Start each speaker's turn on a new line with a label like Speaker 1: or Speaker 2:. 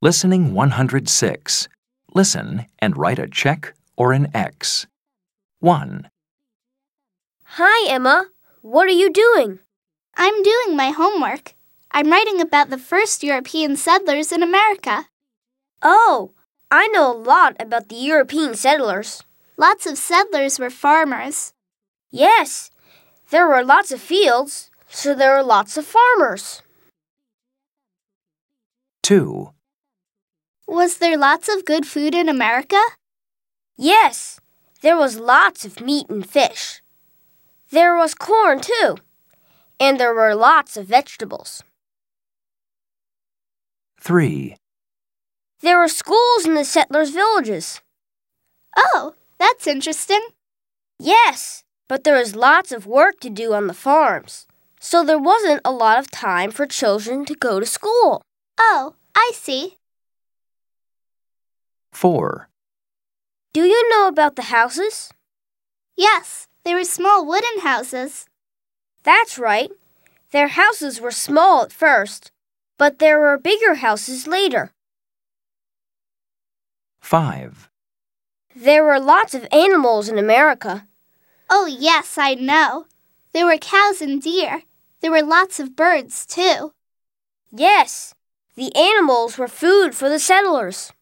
Speaker 1: Listening 106. Listen and write a check or an X. 1,
Speaker 2: Hi, Emma. What are you doing?
Speaker 3: I'm doing my homework. I'm writing about the first European settlers in America.
Speaker 2: Oh, I know a lot about the European settlers.
Speaker 3: Lots of settlers were farmers.
Speaker 2: Yes, there were lots of fields, so there were lots of farmers.
Speaker 1: 2,
Speaker 3: Was there lots of good food in America?
Speaker 2: Yes, there was lots of meat and fish. There was corn, too. And there were lots of vegetables.
Speaker 1: 3,
Speaker 2: There were schools in the settlers' villages.
Speaker 3: Oh, that's interesting.
Speaker 2: Yes, but there was lots of work to do on the farms, so there wasn't a lot of time for children to go to school.
Speaker 3: Oh, I see.
Speaker 1: 4,
Speaker 2: Do you know about the houses?
Speaker 3: Yes, they were small wooden houses.
Speaker 2: That's right. Their houses were small at first, but there were bigger houses later.
Speaker 1: 5,
Speaker 2: There were lots of animals in America.
Speaker 3: Oh, yes, I know. There were cows and deer. There were lots of birds, too.
Speaker 2: Yes, the animals were food for the settlers.